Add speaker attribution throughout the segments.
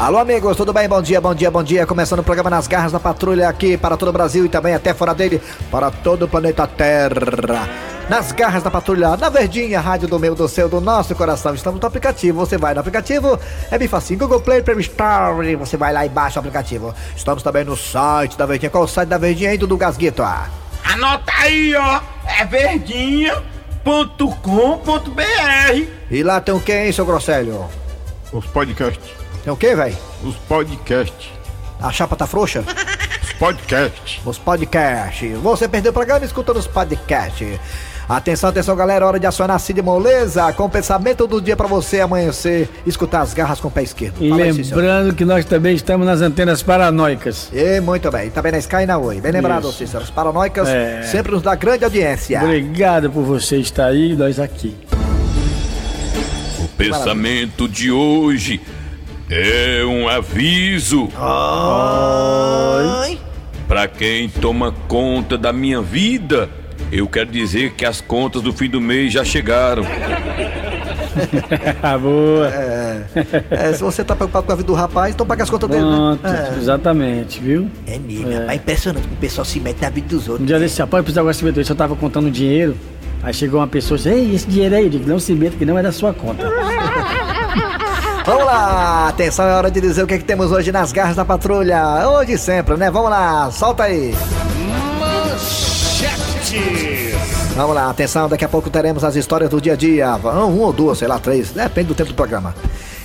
Speaker 1: Alô, amigos, tudo bem? Bom dia, bom dia, bom dia. Começando o programa Nas Garras da Patrulha aqui para todo o Brasil e também até fora dele, para todo o planeta Terra. Nas Garras da Patrulha, na Verdinha, rádio do meu, do seu, do nosso coração. Estamos no aplicativo, você vai no aplicativo, é bem facinho, Google Play, Play Store, você vai lá e baixa o aplicativo. Estamos também no site da Verdinha. Qual o site da Verdinha, hein, Dudu Gasguito?
Speaker 2: Anota aí, ó. É verdinha.com.br.
Speaker 1: E lá tem o que, hein, seu Grosselho?
Speaker 3: Os podcasts.
Speaker 1: Tem o que, velho?
Speaker 3: Os podcasts.
Speaker 1: A chapa tá frouxa?
Speaker 3: Os podcasts.
Speaker 1: Os podcasts. Você perdeu o programa? Escuta nos podcasts. Atenção, atenção, galera. Hora de acionar a Cid Moleza com o pensamento do dia pra você amanhecer. Escutar as garras com o pé esquerdo.
Speaker 4: E
Speaker 1: Fala aí, Cícero.
Speaker 4: lembrando que nós também estamos nas antenas paranoicas.
Speaker 1: E muito bem. Também na Sky e na Oi. Bem lembrado,
Speaker 4: Isso.
Speaker 1: Cícero. Os paranoicas
Speaker 4: É.
Speaker 1: sempre nos dá grande audiência.
Speaker 4: Obrigado por você estar aí e nós aqui.
Speaker 5: Pensamento de hoje é um aviso para quem toma conta da minha vida. Eu quero dizer que as contas do fim do mês já chegaram.
Speaker 4: Ah, boa.
Speaker 1: É, se você tá preocupado com a vida do rapaz, então paga as contas dele,
Speaker 4: Pronto,
Speaker 1: né?
Speaker 4: exatamente, viu?
Speaker 1: É, é nega, é. impressionante como o pessoal se mete na vida dos
Speaker 4: Um
Speaker 1: outros.
Speaker 4: dia desse apoio, eu precisava agora eu só tava contando dinheiro. Aí chegou uma pessoa e disse, ei, esse dinheiro aí, eu digo, não se meta que não é da sua conta.
Speaker 1: Vamos lá, atenção, é hora de dizer o que, é que temos hoje nas garras da patrulha. Hoje e sempre, né? Vamos lá, solta aí. Vamos lá, atenção, daqui a pouco teremos as histórias do dia a dia. Vão um ou duas, sei lá, três, depende do tempo do programa.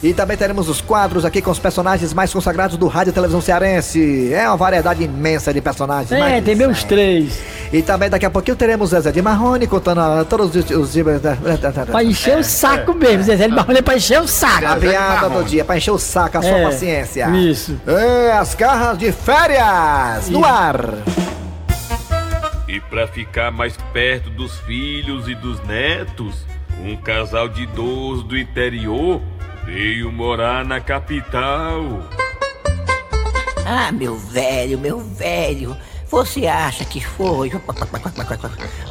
Speaker 1: E também teremos os quadros aqui com os personagens mais consagrados do rádio e televisão cearense. É uma variedade imensa de personagens.
Speaker 4: É,
Speaker 1: mas-
Speaker 4: tem meus três.
Speaker 1: E também daqui a pouquinho teremos Zezé de Marrone contando ah, todos os... os...
Speaker 4: Pra encher o saco mesmo, Zezé de Marrone, pra encher o
Speaker 6: Ah,
Speaker 4: saco.
Speaker 1: É. A piada do
Speaker 2: Marrone.
Speaker 1: dia, pra encher o saco, a sua
Speaker 4: É,
Speaker 1: paciência.
Speaker 4: isso.
Speaker 1: É, as garras de férias no
Speaker 4: Isso.
Speaker 1: ar.
Speaker 5: E para ficar mais perto dos filhos e dos netos, um casal de idosos do interior veio morar na capital.
Speaker 6: Ah, meu velho, meu velho, você acha que foi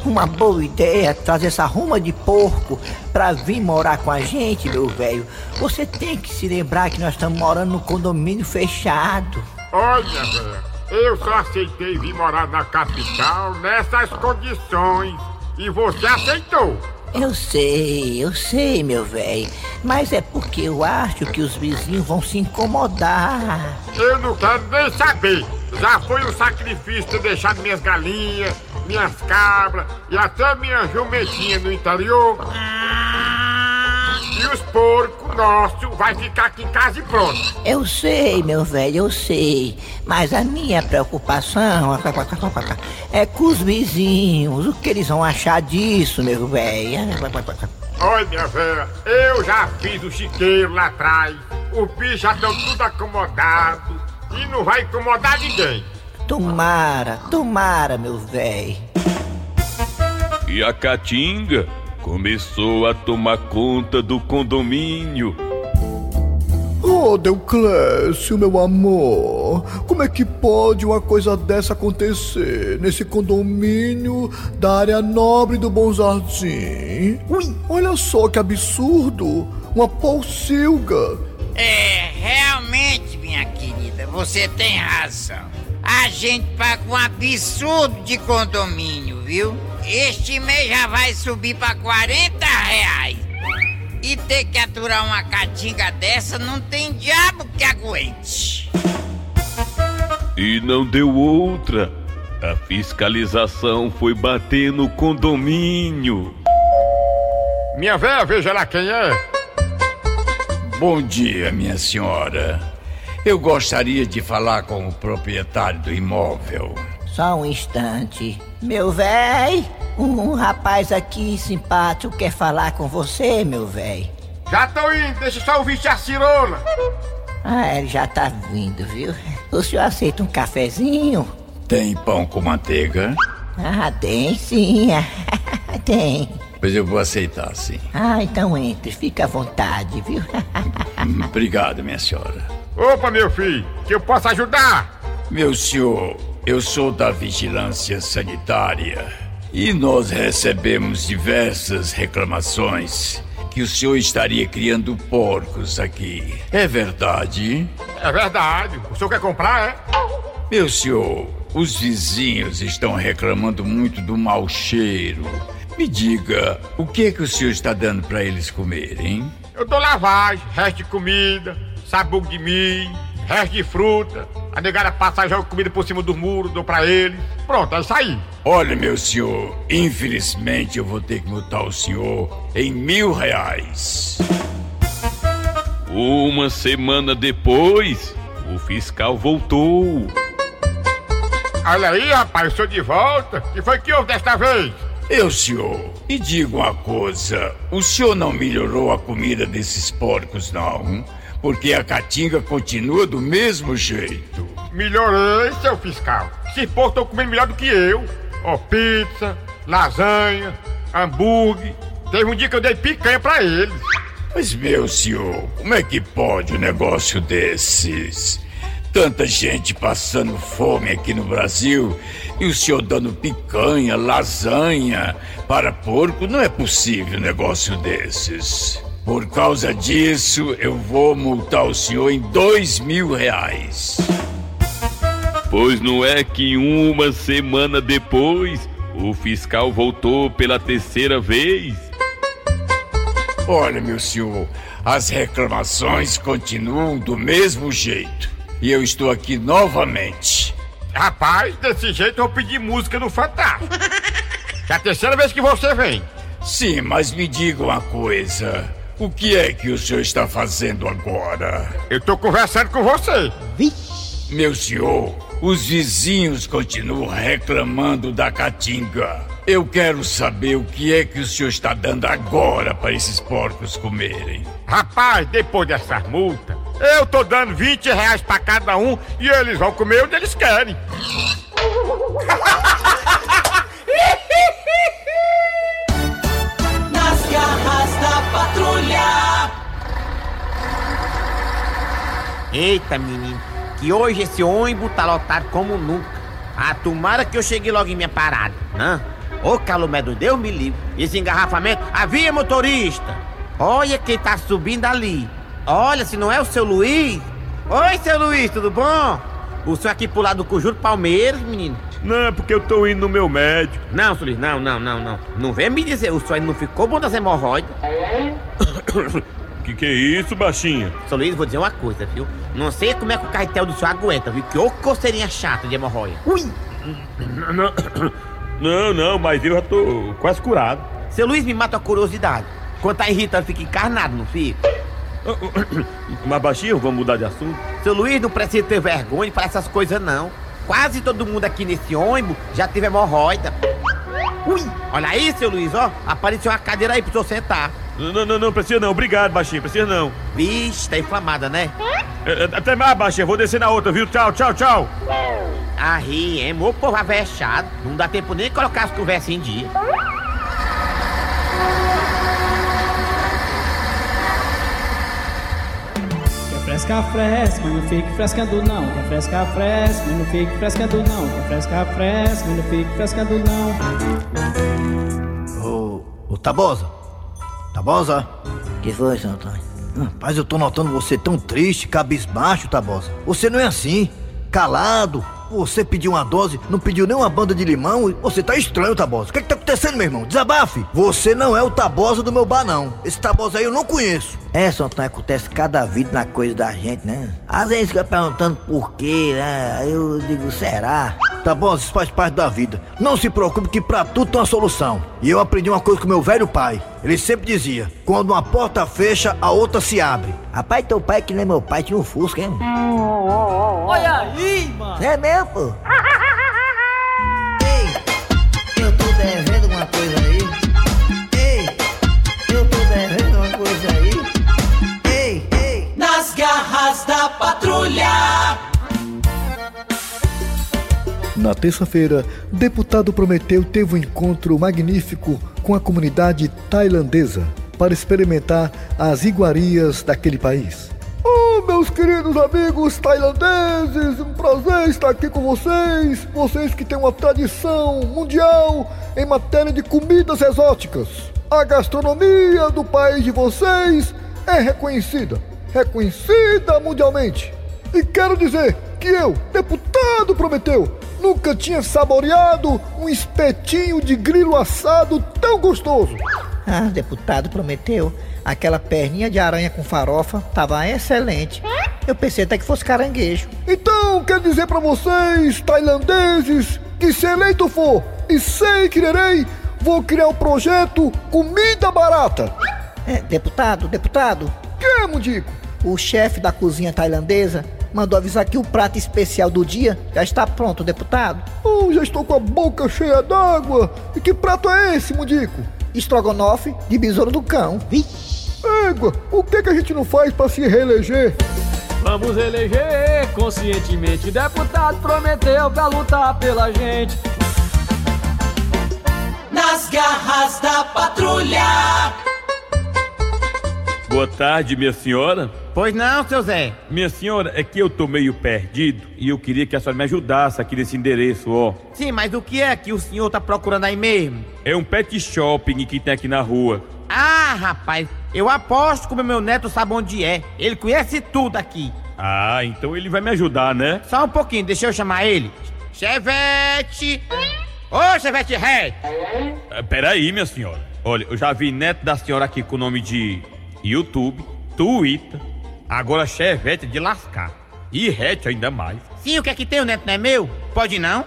Speaker 6: uma boa ideia trazer essa ruma de porco pra vir morar com a gente, meu velho? Você tem que se lembrar que nós estamos morando num condomínio fechado.
Speaker 3: Olha, velho, eu só aceitei vir morar na capital nessas condições. E você aceitou.
Speaker 6: Eu sei, eu sei, meu velho, mas é porque eu acho que os vizinhos vão se incomodar.
Speaker 3: Eu não quero nem saber. Já foi um sacrifício ter deixado minhas galinhas, minhas cabras e até minha jumentinha no interior. E os porcos nossos vai ficar aqui em casa e pronto.
Speaker 6: Eu sei, meu velho, eu sei. Mas a minha preocupação é com os vizinhos. O que eles vão achar disso, meu velho?
Speaker 3: Olha, minha velha, eu já fiz o chiqueiro lá atrás. Os bichos já estão tudo acomodados. E não vai incomodar ninguém.
Speaker 6: Tomara, tomara, meu velho.
Speaker 5: E a Caatinga começou a tomar conta do condomínio.
Speaker 7: Oh, Deuclésio, meu amor, como é que pode uma coisa dessa acontecer nesse condomínio da área nobre do Bonzardim? Ui, olha só que absurdo! Uma pocilga!
Speaker 8: É, realmente, minha querida, você tem razão. A gente paga um absurdo de condomínio, viu? Este mês já vai subir pra 40 reais. E ter que aturar uma catinga dessa não tem diabo que aguente.
Speaker 5: E não deu outra. A fiscalização foi bater no condomínio.
Speaker 3: Minha velha, Ah, veja lá quem é.
Speaker 9: Bom dia, minha senhora. Eu gostaria de falar com o proprietário do imóvel.
Speaker 6: Só um instante. Meu velho, um, um rapaz aqui simpático quer falar com você, meu velho.
Speaker 3: Já tô indo, deixa só o bicho a cirona.
Speaker 6: Ah, ele já tá vindo, viu? O senhor aceita um cafezinho?
Speaker 9: Tem pão com manteiga?
Speaker 6: Ah, tem sim. é. tem.
Speaker 9: Pois eu vou aceitar, sim.
Speaker 6: Ah, então entre, fica à vontade, viu?
Speaker 9: Hum, Obrigado, minha senhora.
Speaker 3: Opa, meu filho, que eu posso ajudar?
Speaker 9: Meu senhor, eu sou da vigilância sanitária e nós recebemos diversas reclamações que o senhor estaria criando porcos aqui. É verdade?
Speaker 3: É verdade. O senhor quer comprar, é?
Speaker 9: Meu senhor, os vizinhos estão reclamando muito do mau cheiro. Me diga, o que é que o senhor está dando para eles comerem?
Speaker 3: Eu dou lavagem, resto de comida, sabugo de milho, resto de fruta. A negada passa e joga comida por cima do muro, dou pra ele. Pronto, é isso aí.
Speaker 9: Olha, meu senhor, infelizmente eu vou ter que multar o senhor em mil reais.
Speaker 5: Uma semana depois, o fiscal voltou.
Speaker 3: Olha aí, rapaz, eu sou de volta. O que foi que houve desta vez?
Speaker 9: Eu, senhor, me diga uma coisa: o senhor não melhorou a comida desses porcos, não? hum? Porque a caatinga continua do mesmo jeito.
Speaker 3: Melhorei, seu fiscal. Esses porcos estão comendo melhor do que eu. Ó, pizza, lasanha, hambúrguer. Teve um dia que eu dei picanha pra eles.
Speaker 9: Mas, meu senhor, como é que pode um negócio desses? Tanta gente passando fome aqui no Brasil e o senhor dando picanha, lasanha para porco, não é possível um negócio desses. Por causa disso, eu vou multar o senhor em dois mil reais.
Speaker 5: Pois não é que uma semana depois o fiscal voltou pela terceira vez?
Speaker 9: Olha, meu senhor, as reclamações continuam do mesmo jeito. E eu estou aqui novamente.
Speaker 3: Rapaz, desse jeito eu pedi música no Fantástico. É a terceira vez que você vem.
Speaker 9: Sim, mas me diga uma coisa. O que é que o senhor está fazendo agora?
Speaker 3: Eu tô conversando com você.
Speaker 9: Meu senhor, os vizinhos continuam reclamando da caatinga. Eu quero saber o que é que o senhor está dando agora para esses porcos comerem.
Speaker 3: Rapaz, depois dessas multas, eu tô dando 20 reais pra cada um e eles vão comer onde eles querem.
Speaker 10: Nas garras da patrulha.
Speaker 2: Eita, menino, que hoje esse ônibus tá lotado como nunca. Ah, tomara que eu chegue logo em minha parada, né? Ô, calomé do Deus me livre. Esse engarrafamento, havia motorista. Olha quem tá subindo ali. Olha, se não é o seu Luiz. Oi, seu Luiz, tudo bom? O senhor aqui pro lado do Conjuro Palmeiras, menino.
Speaker 5: Não, porque eu tô indo no meu médico.
Speaker 2: Não, seu Luiz, não, não, não, não. Não vem me dizer, o senhor ainda não ficou bom das hemorroidas.
Speaker 5: Que que é isso, baixinha?
Speaker 2: Seu Luiz, vou dizer uma coisa, viu? Não sei como é que o carretel do senhor aguenta, viu? Que ô coceirinha chata de hemorroida.
Speaker 5: Não, não, mas eu já tô quase curado.
Speaker 2: Seu Luiz me mata a curiosidade. Quando tá irritando, fica encarnado, não fica?
Speaker 5: Mas baixinho, vamos mudar de assunto?
Speaker 2: Seu Luiz não precisa ter vergonha para essas coisas, não. Quase todo mundo aqui nesse ônibus já teve hemorroida. Ui! Olha aí, seu Luiz, ó. Apareceu uma cadeira aí pro senhor sentar.
Speaker 5: Não, não, não, precisa não. Obrigado, baixinho, precisa não.
Speaker 2: Vixe, tá inflamada, né?
Speaker 5: É, é, Até mais, baixinha. Vou descer na outra, viu? Tchau, tchau, tchau.
Speaker 2: Ah, ri, hein? Meu povo avexado. Não dá tempo nem de colocar as conversas em dia.
Speaker 11: Quer fresca, fresca, mas não fique frescando não. Quer fresca, fresca, mas não fique frescando não. Quer fresca, fresca, mas não fique frescando não.
Speaker 1: Ô, ô Tabosa, Tabosa,
Speaker 6: Que foi, seu Antônio?
Speaker 1: rapaz, eu tô notando você tão triste, cabisbaixo, Tabosa. Você não é assim, calado. Você pediu uma dose, não pediu nem uma banda de limão. e Você tá estranho, Tabosa. O que que tá acontecendo, meu irmão? Desabafe. Você não é o Tabosa do meu bar, não. Esse Tabosa aí eu não conheço.
Speaker 6: É, seu Antônio, acontece cada vida na coisa da gente, né? Às vezes fica perguntando por quê, né? Aí Eu digo, será?
Speaker 1: Tabosa, Tá isso faz parte da vida. Não se preocupe que pra tudo tem uma solução. E eu aprendi uma coisa com meu velho pai. Ele sempre dizia, quando uma porta fecha, a outra se abre.
Speaker 6: Rapaz, teu pai que nem meu pai tinha um fusca, hein?
Speaker 11: Olha aí, mano.
Speaker 6: É mesmo, pô? Ei, eu tô devendo uma coisa aí. Ei, eu tô devendo uma coisa aí. Ei, ei.
Speaker 10: Nas garras da patrulha.
Speaker 7: Na terça-feira, deputado Prometeu teve um encontro magnífico com a comunidade tailandesa para experimentar as iguarias daquele país. Oh, meus queridos amigos tailandeses, um prazer estar aqui com vocês. Vocês que têm uma tradição mundial em matéria de comidas exóticas. A gastronomia do país de vocês é reconhecida, reconhecida mundialmente. E quero dizer que eu, deputado Prometeu, nunca tinha saboreado um espetinho de grilo assado tão gostoso.
Speaker 6: Ah, deputado Prometeu, aquela perninha de aranha com farofa tava excelente. Eu pensei até que fosse caranguejo.
Speaker 7: Então, quero dizer pra vocês, tailandeses, que se eleito for e sei que irei, vou criar o projeto Comida Barata.
Speaker 6: É, deputado, deputado,
Speaker 1: é,
Speaker 7: Que, Mundico?
Speaker 6: o chefe da cozinha tailandesa mandou avisar que o prato especial do dia já está pronto, deputado.
Speaker 7: Oh,
Speaker 1: Uh,
Speaker 7: já estou com a boca cheia d'água. E que prato é esse, Mundico?
Speaker 6: Estrogonofe de besouro do cão.
Speaker 7: Égua, o que, que a gente não faz pra se reeleger?
Speaker 12: Vamos eleger conscientemente. Deputado prometeu pra lutar pela gente.
Speaker 10: Nas garras da patrulha.
Speaker 5: Boa tarde, minha senhora.
Speaker 2: Pois não, seu Zé.
Speaker 5: Minha senhora, é que eu tô meio perdido e eu queria que a senhora me ajudasse aqui nesse endereço, ó.
Speaker 2: Sim, mas o que é que o senhor tá procurando aí mesmo?
Speaker 5: É um pet shopping que tem aqui na rua.
Speaker 2: Ah, rapaz, eu aposto como meu neto sabe onde é. Ele conhece tudo aqui.
Speaker 5: Ah, então ele vai me ajudar, né?
Speaker 2: Só um pouquinho, deixa eu chamar ele. Chevette! Ô, Chevette Red!
Speaker 5: Ah, Peraí, minha senhora. Olha, eu já vi neto da senhora aqui com o nome de YouTube, Twitter, agora chevette de lascar. E rete ainda mais.
Speaker 2: Sim, o que é que tem? O neto não é meu? Pode não?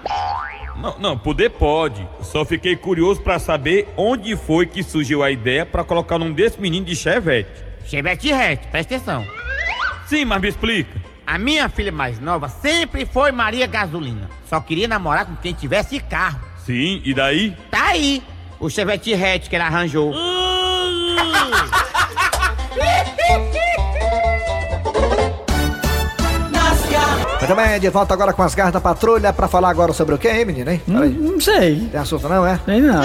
Speaker 5: Não, não, poder pode. Só fiquei curioso pra saber onde foi que surgiu a ideia pra colocar o nome desse menino de chevette.
Speaker 2: Chevette Red, presta atenção.
Speaker 5: Sim, mas me explica.
Speaker 2: A minha filha mais nova sempre foi Maria Gasolina. Só queria namorar com quem tivesse carro.
Speaker 5: Sim, e daí?
Speaker 2: Tá aí o Chevette Red que ela arranjou.
Speaker 5: Hum!
Speaker 10: Nas garras.
Speaker 1: Muito bem, é de volta agora com as garras da patrulha pra falar agora sobre o que, hein, menino, hein?
Speaker 4: Não, Hum, não sei.
Speaker 1: Tem assunto não, é? Ah.
Speaker 4: Sei não.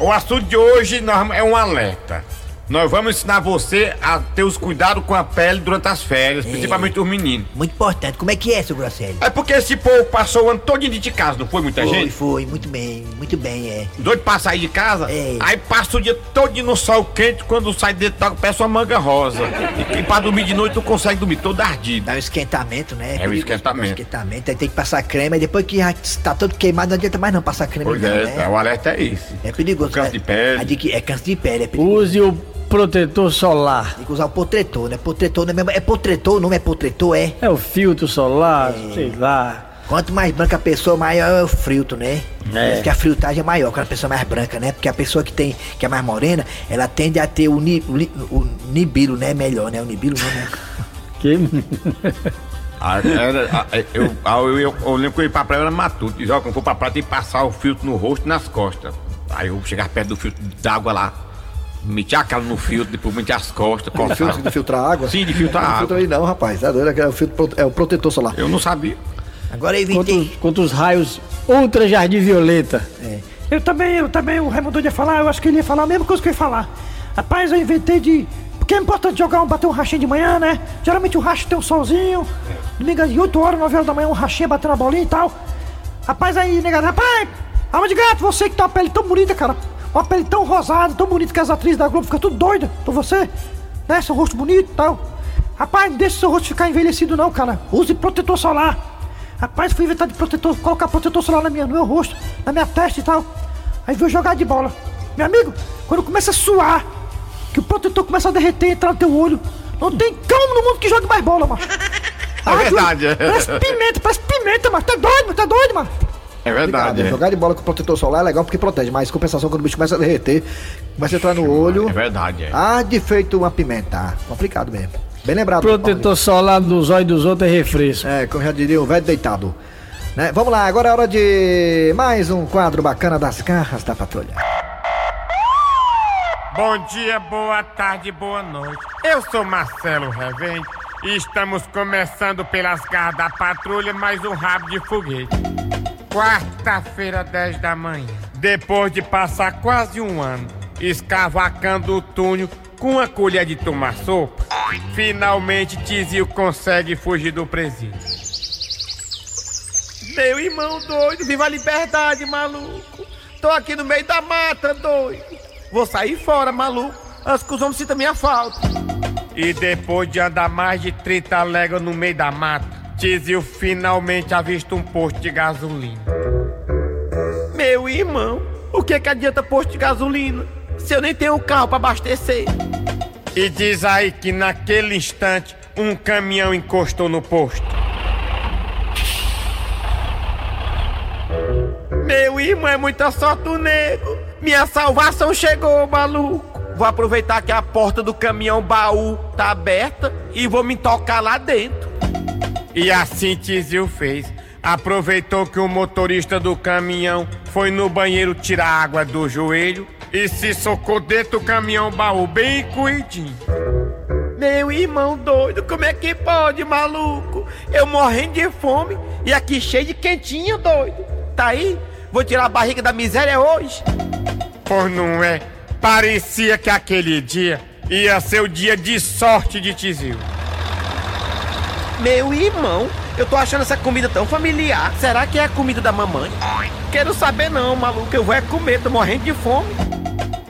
Speaker 3: O assunto de hoje nós- é um alerta. Nós vamos ensinar você a ter os cuidados com a pele durante as férias, principalmente os meninos.
Speaker 6: É. Muito importante. Como é que é, seu Grosselho?
Speaker 3: É porque esse povo passou o ano todo dentro de casa, não foi muita
Speaker 6: Foi,
Speaker 3: gente?
Speaker 6: foi, muito bem, muito bem, é.
Speaker 3: Doido pra sair de casa,
Speaker 6: É.
Speaker 3: aí passa o dia todo no sol quente, quando sai dentro da peça uma manga rosa. E, e pra dormir de noite não consegue dormir, todo ardido.
Speaker 6: Dá um esquentamento, né?
Speaker 3: É um esquentamento.
Speaker 6: Um esquentamento, aí tem que passar creme, aí depois que já tá todo queimado, não adianta mais não passar creme.
Speaker 3: Pois
Speaker 6: não,
Speaker 3: é,
Speaker 6: né?
Speaker 3: o alerta é esse.
Speaker 6: É perigoso.
Speaker 3: Câncer
Speaker 6: é-
Speaker 3: de pele.
Speaker 6: é de que- É câncer de pele, é perigoso.
Speaker 4: Use o protetor solar.
Speaker 6: Tem que usar o potretor, né? Potretor não é mesmo. É potretor, o nome é potretor, é.
Speaker 4: É o filtro solar, sei lá.
Speaker 6: Quanto mais branca a pessoa, maior é o frilto, né?
Speaker 4: É.
Speaker 6: Porque a friltagem é maior quando a pessoa é mais branca, né? Porque a pessoa que tem, que é mais morena, ela tende a ter o, ni, o, li- o nibilo, né? Melhor, né? O nibilo, não, né?
Speaker 4: Que...
Speaker 3: Ah, era- ah, eu, ah, eu, eu- eu lembro que eu ia pra praia, eu era matuto. Diz, ó, quando for pra praia tem que passar o filtro no rosto e nas costas. Aí eu chegava perto do filtro d'água lá, metia a cara no filtro, depois metia as costas,
Speaker 1: O filtro de
Speaker 3: coçava.
Speaker 1: filtrar água?
Speaker 3: Sim, de filtrar
Speaker 1: Não
Speaker 3: água.
Speaker 1: filtra aí não, rapaz. É doido, é o filtro pro- é o protetor solar.
Speaker 3: Eu não sabia.
Speaker 6: Agora eu evitei.
Speaker 4: Quantos, quantos raios ultra jardim violeta.
Speaker 13: Eu também, eu também, o Raimundo ia falar, eu acho que ele ia falar a mesma coisa que eu ia falar. Rapaz, eu inventei de. Porque é importante jogar um, bater um rachinho de manhã, né? Geralmente o racho tem um solzinho. Domingo de 8 horas, 9 horas da manhã, um rachinho batendo a bolinha e tal. Rapaz, aí, negado, rapaz, alma de gato, você que tem uma pele tão bonita, cara. Uma pele tão rosada, tão bonita que as atrizes da Globo ficam tudo doida por você. Né? Seu rosto bonito e tal. Rapaz, não deixa seu rosto ficar envelhecido, não, cara. Use protetor solar. Rapaz, fui inventar de protetor, colocar protetor solar na minha, no meu rosto, na minha testa e tal. Aí veio jogar de bola. Meu amigo, quando começa a suar, que o protetor começa a derreter e entrar no teu olho, não tem cão no mundo que jogue mais bola, macho. É
Speaker 3: verdade, é.
Speaker 13: Parece pimenta, parece pimenta, macho. Tá doido, mano, tá doido, mano.
Speaker 3: É verdade.
Speaker 1: Obrigado. né?
Speaker 3: é.
Speaker 1: Jogar de bola com protetor solar é legal porque protege, mas compensação quando o bicho começa a derreter, começa a entrar no olho.
Speaker 3: É verdade, é.
Speaker 1: Ah, de feito uma pimenta. Complicado mesmo. Bem lembrado.
Speaker 4: Protetor solar dos olhos dos outros é refresco.
Speaker 1: É, como já diria o velho deitado. Né? Vamos lá, agora é hora de mais um quadro bacana das garras da patrulha.
Speaker 3: Bom dia, boa tarde, boa noite. Eu sou Marcelo Revente e estamos começando pelas garras da patrulha mais um rabo de foguete. Quarta-feira, 10 da manhã. Depois de passar quase um ano escavacando o túnel com uma colher de tomar sopa, finalmente Tizio consegue fugir do presídio.
Speaker 2: Meu irmão doido, viva a liberdade, maluco. Tô aqui no meio da mata, doido.
Speaker 14: Vou sair fora, maluco. Acho que os homens sintam minha falta.
Speaker 3: E depois de andar mais de 30 léguas no meio da mata, Tizio finalmente avista um posto de gasolina.
Speaker 14: Meu irmão, o que que adianta posto de gasolina se eu nem tenho um carro pra abastecer?
Speaker 3: E diz aí que naquele instante um caminhão encostou no posto.
Speaker 14: Meu irmão, é muita sorte do nego. Minha salvação chegou, maluco. Vou aproveitar que a porta do caminhão baú tá aberta e vou me tocar lá dentro.
Speaker 3: E assim Tizio fez. Aproveitou que o motorista do caminhão foi no banheiro tirar água do joelho e se socou dentro do caminhão baú, bem cuidinho.
Speaker 14: Meu irmão doido, como é que pode, maluco? Eu morrendo de fome e aqui cheio de quentinha, doido. Tá aí? Vou tirar a barriga da miséria hoje.
Speaker 3: Por não é? Parecia que aquele dia ia ser o dia de sorte de Tizio.
Speaker 14: Meu irmão, eu tô achando essa comida tão familiar. Será que é a comida da mamãe? Quero saber não, maluco. Eu vou é comer, tô morrendo de fome.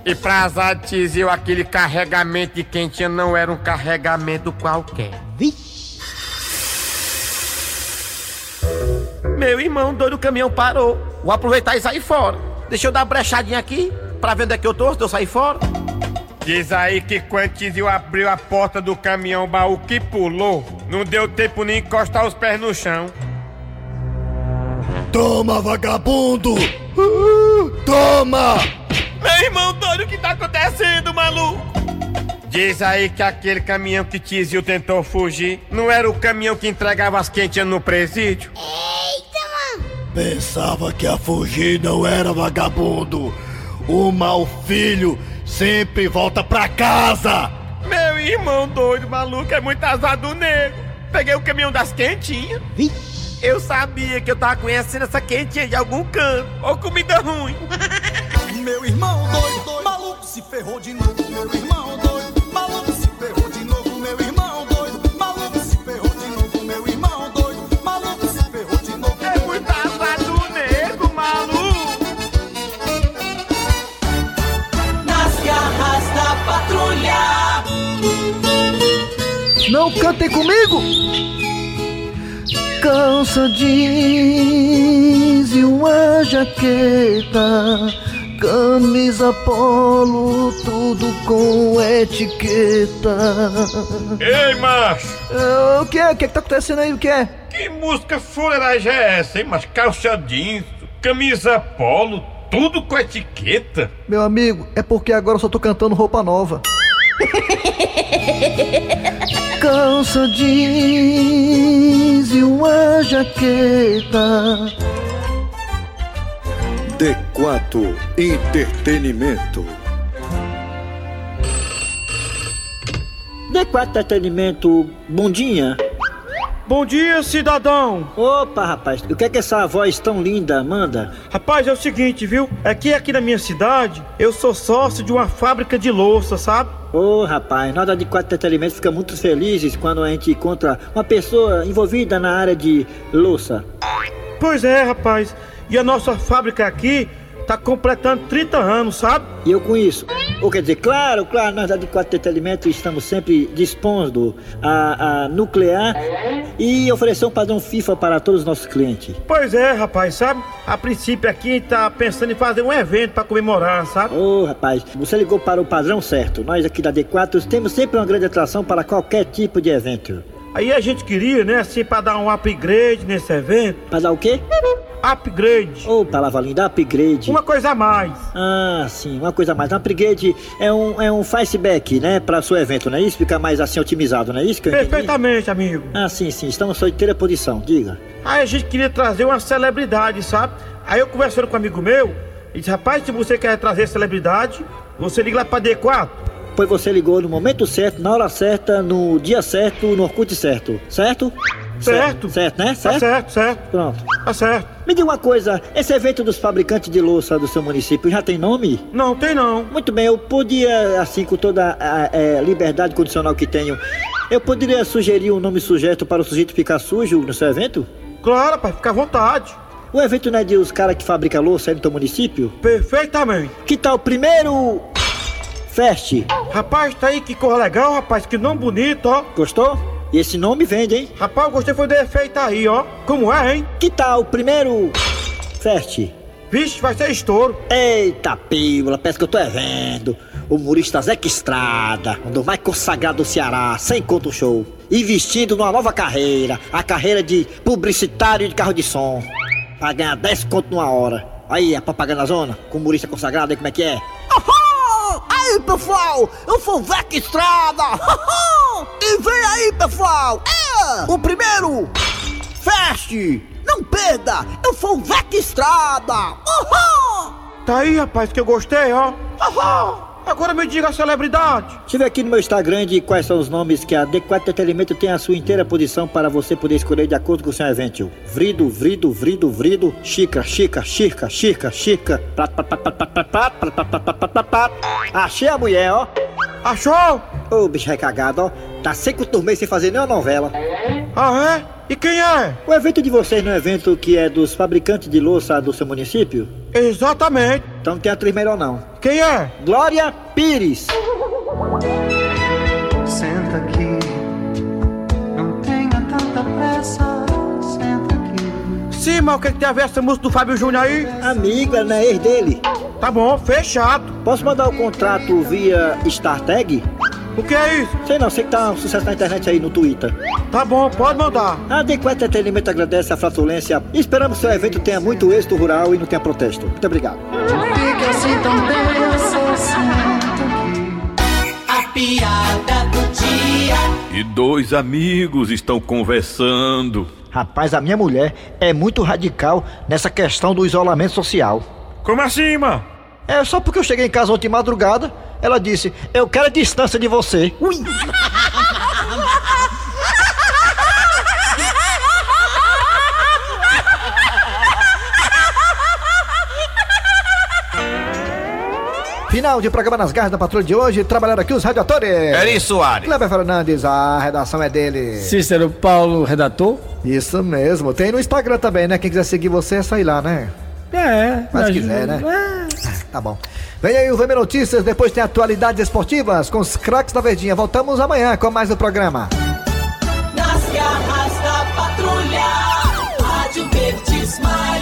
Speaker 3: E pra azar de Tizio, aquele carregamento de quentinha não era um carregamento qualquer. Vixe!
Speaker 14: Meu irmão, doido, o caminhão parou. Vou aproveitar e sair fora. Deixa eu dar uma brechadinha aqui pra ver onde é que eu tô, se eu sair fora.
Speaker 3: Diz aí que quando Tizio abriu a porta do caminhão baú que pulou, não deu tempo nem encostar os pés no chão.
Speaker 15: Toma, vagabundo! Uh, toma!
Speaker 14: Meu irmão doido, o que tá acontecendo, maluco?
Speaker 3: Diz aí que aquele caminhão que Tizio tentou fugir não era o caminhão que entregava as quentinhas no presídio?
Speaker 16: Eita, mano!
Speaker 15: Pensava que a fugir não era vagabundo. O mau filho sempre volta pra casa!
Speaker 14: Meu irmão doido, maluco, é muito azar do nego. Peguei o caminhão das quentinhas. Eu sabia que eu tava conhecendo essa quentinha de algum canto. Ou comida ruim.
Speaker 10: Meu irmão doido, doido, maluco se ferrou de novo. Meu irmão doido, maluco se ferrou de novo. Meu irmão doido, maluco se ferrou de novo. Meu irmão doido, maluco se ferrou de novo.
Speaker 14: É muito azar do nego, maluco.
Speaker 10: Nas garras da patrulha.
Speaker 17: Não cantem comigo! Calça jeans e uma jaqueta, camisa polo, tudo com etiqueta.
Speaker 18: Ei, macho!
Speaker 17: Ah, o que é? O que, é que tá acontecendo aí? O que é?
Speaker 18: Que música fuleiragem é essa, hein, macho? Calça jeans, camisa polo, tudo com etiqueta.
Speaker 17: Meu amigo, é porque agora eu só tô cantando roupa nova. Calça jeans e uma jaqueta.
Speaker 7: D4 Entretenimento.
Speaker 4: D4 Entretenimento, bom dia.
Speaker 19: Bom dia, cidadão.
Speaker 4: Opa, rapaz, o que é que essa voz tão linda manda?
Speaker 19: Rapaz, é o seguinte, viu? É que aqui na minha cidade eu sou sócio de uma fábrica de louça, sabe?
Speaker 4: Ô, oh, rapaz, nós da de quatro entretenimento fica muito felizes quando a gente encontra uma pessoa envolvida na área de louça.
Speaker 19: Pois é, rapaz. E a nossa fábrica aqui tá completando 30 anos, sabe?
Speaker 4: E eu conheço. Ou quer dizer, claro, claro, nós da de quatro entretenimento estamos sempre dispondo a, a nuclear e oferecer um padrão FIFA para todos os nossos clientes.
Speaker 19: Pois é, rapaz, sabe? A princípio aqui tá pensando em fazer um evento para comemorar, sabe?
Speaker 4: Ô, oh, rapaz, você ligou para o padrão certo. Nós aqui da D4 temos sempre uma grande atração para qualquer tipo de evento.
Speaker 19: Aí a gente queria, né, assim, para dar um upgrade nesse evento.
Speaker 4: Para dar o quê?
Speaker 19: Upgrade.
Speaker 4: Ô, oh, palavra linda, upgrade.
Speaker 19: Uma coisa a mais.
Speaker 4: Ah, sim, uma coisa a mais. Um upgrade é um, é um fastback, né? Para seu evento, não é isso? Fica mais assim otimizado, não é isso? Que
Speaker 19: Perfeitamente, amigo.
Speaker 4: Ah, sim, sim. Estamos à sua inteira posição, diga.
Speaker 19: Aí a gente queria trazer uma celebridade, sabe? Aí eu conversando com um amigo meu, ele disse: rapaz, se você quer trazer celebridade, você liga lá para D4.
Speaker 4: Pois você ligou no momento certo, na hora certa, no dia certo, no Orkut certo, certo?
Speaker 19: Certo.
Speaker 4: Certo, certo né?
Speaker 19: Certo? Tá certo, certo.
Speaker 4: Pronto.
Speaker 19: Tá certo.
Speaker 4: Me diga uma coisa, esse evento dos fabricantes de louça do seu município já tem nome?
Speaker 19: Não, tem não.
Speaker 4: Muito bem, eu podia, assim, com toda a, a liberdade condicional que tenho, eu poderia sugerir um nome sujeito para o sujeito ficar sujo no seu evento?
Speaker 19: Claro, pai, fica à vontade.
Speaker 4: O evento não é de os caras que fabricam louça aí no teu município?
Speaker 19: Perfeitamente.
Speaker 4: Que tal o primeiro Fest.
Speaker 14: Rapaz, tá aí que cor legal, rapaz, que nome bonito, ó.
Speaker 4: Gostou? E esse nome vende, hein?
Speaker 14: Rapaz, eu gostei foi do efeito aí, ó. Como é, hein?
Speaker 4: Que tal o primeiro Fest?
Speaker 14: Vixe, vai ser estouro.
Speaker 4: Eita, pílula, parece que eu tô é vendo. O humorista Zeca Estrada, um dos mais consagrados do Ceará, sem conto show. Investindo numa nova carreira, a carreira de publicitário de carro de som. Pra ganhar 10 conto numa hora. Aí, a propaganda zona, com humorista consagrado, aí como é que é?
Speaker 15: Aí, pessoal, eu sou o Zeca Estrada. e vem aí, pessoal. É o primeiro. Feste. Não perda, eu sou o Zeca Estrada. Uhul.
Speaker 14: Tá aí, rapaz, que eu gostei, ó. Uhul. Agora me diga a celebridade.
Speaker 4: Deixa eu ver aqui no meu Instagram de quais são os nomes que a Adequado Entretenimento tem a sua inteira posição para você poder escolher de acordo com o seu evento. Vrido, vrido, vrido, vrido, chica, chica, chica, chica, chica. Achei a mulher, ó.
Speaker 14: Achou?
Speaker 4: Ô, bicho recagado, ó. Tá cinco turmês sem fazer nenhuma novela.
Speaker 14: Ah, é? E quem é?
Speaker 4: O evento de vocês não é um evento que é dos fabricantes de louça do seu município?
Speaker 14: Exatamente.
Speaker 4: Então não tem atriz melhor não.
Speaker 14: Quem é?
Speaker 4: Glória Pires.
Speaker 20: Senta aqui, não tenha tanta pressa. Senta aqui.
Speaker 14: Sim, mas o que, é que tem a ver essa música do Fábio Júnior aí?
Speaker 4: Amiga, né? Ex dele.
Speaker 14: Tá bom, fechado.
Speaker 4: Posso mandar o contrato via StarTag?
Speaker 14: O que é isso?
Speaker 4: Sei não, sei que tá um sucesso na internet aí no Twitter.
Speaker 14: Tá bom, pode mandar.
Speaker 4: A Adequado Entretenimento agradece a flatulência. Esperamos que seu evento tenha muito êxito rural e não tenha protesto. Muito obrigado.
Speaker 20: Fica assim tão bem,
Speaker 21: A piada do dia.
Speaker 5: E dois amigos estão conversando.
Speaker 4: Rapaz, a minha mulher é muito radical nessa questão do isolamento social.
Speaker 14: Como assim, mano?
Speaker 4: É só porque eu cheguei em casa ontem de madrugada ela disse: Eu quero a distância de você. Ui!
Speaker 1: Final de programa nas garras da patrulha de hoje, trabalharam aqui os radioatores.
Speaker 22: Eri Soares.
Speaker 1: Kleber Fernandes, a redação é dele.
Speaker 23: Cícero Paulo, redator.
Speaker 1: Isso mesmo. Tem no Instagram também, né? Quem quiser seguir você é sair lá, né?
Speaker 23: É,
Speaker 1: Mas quiser, né? É. Tá bom. Vem aí o VM Notícias, depois tem atualidades esportivas com os craques da Verdinha. Voltamos amanhã com mais o programa.
Speaker 21: Nas garras da patrulha, Rádio Verdes Maia.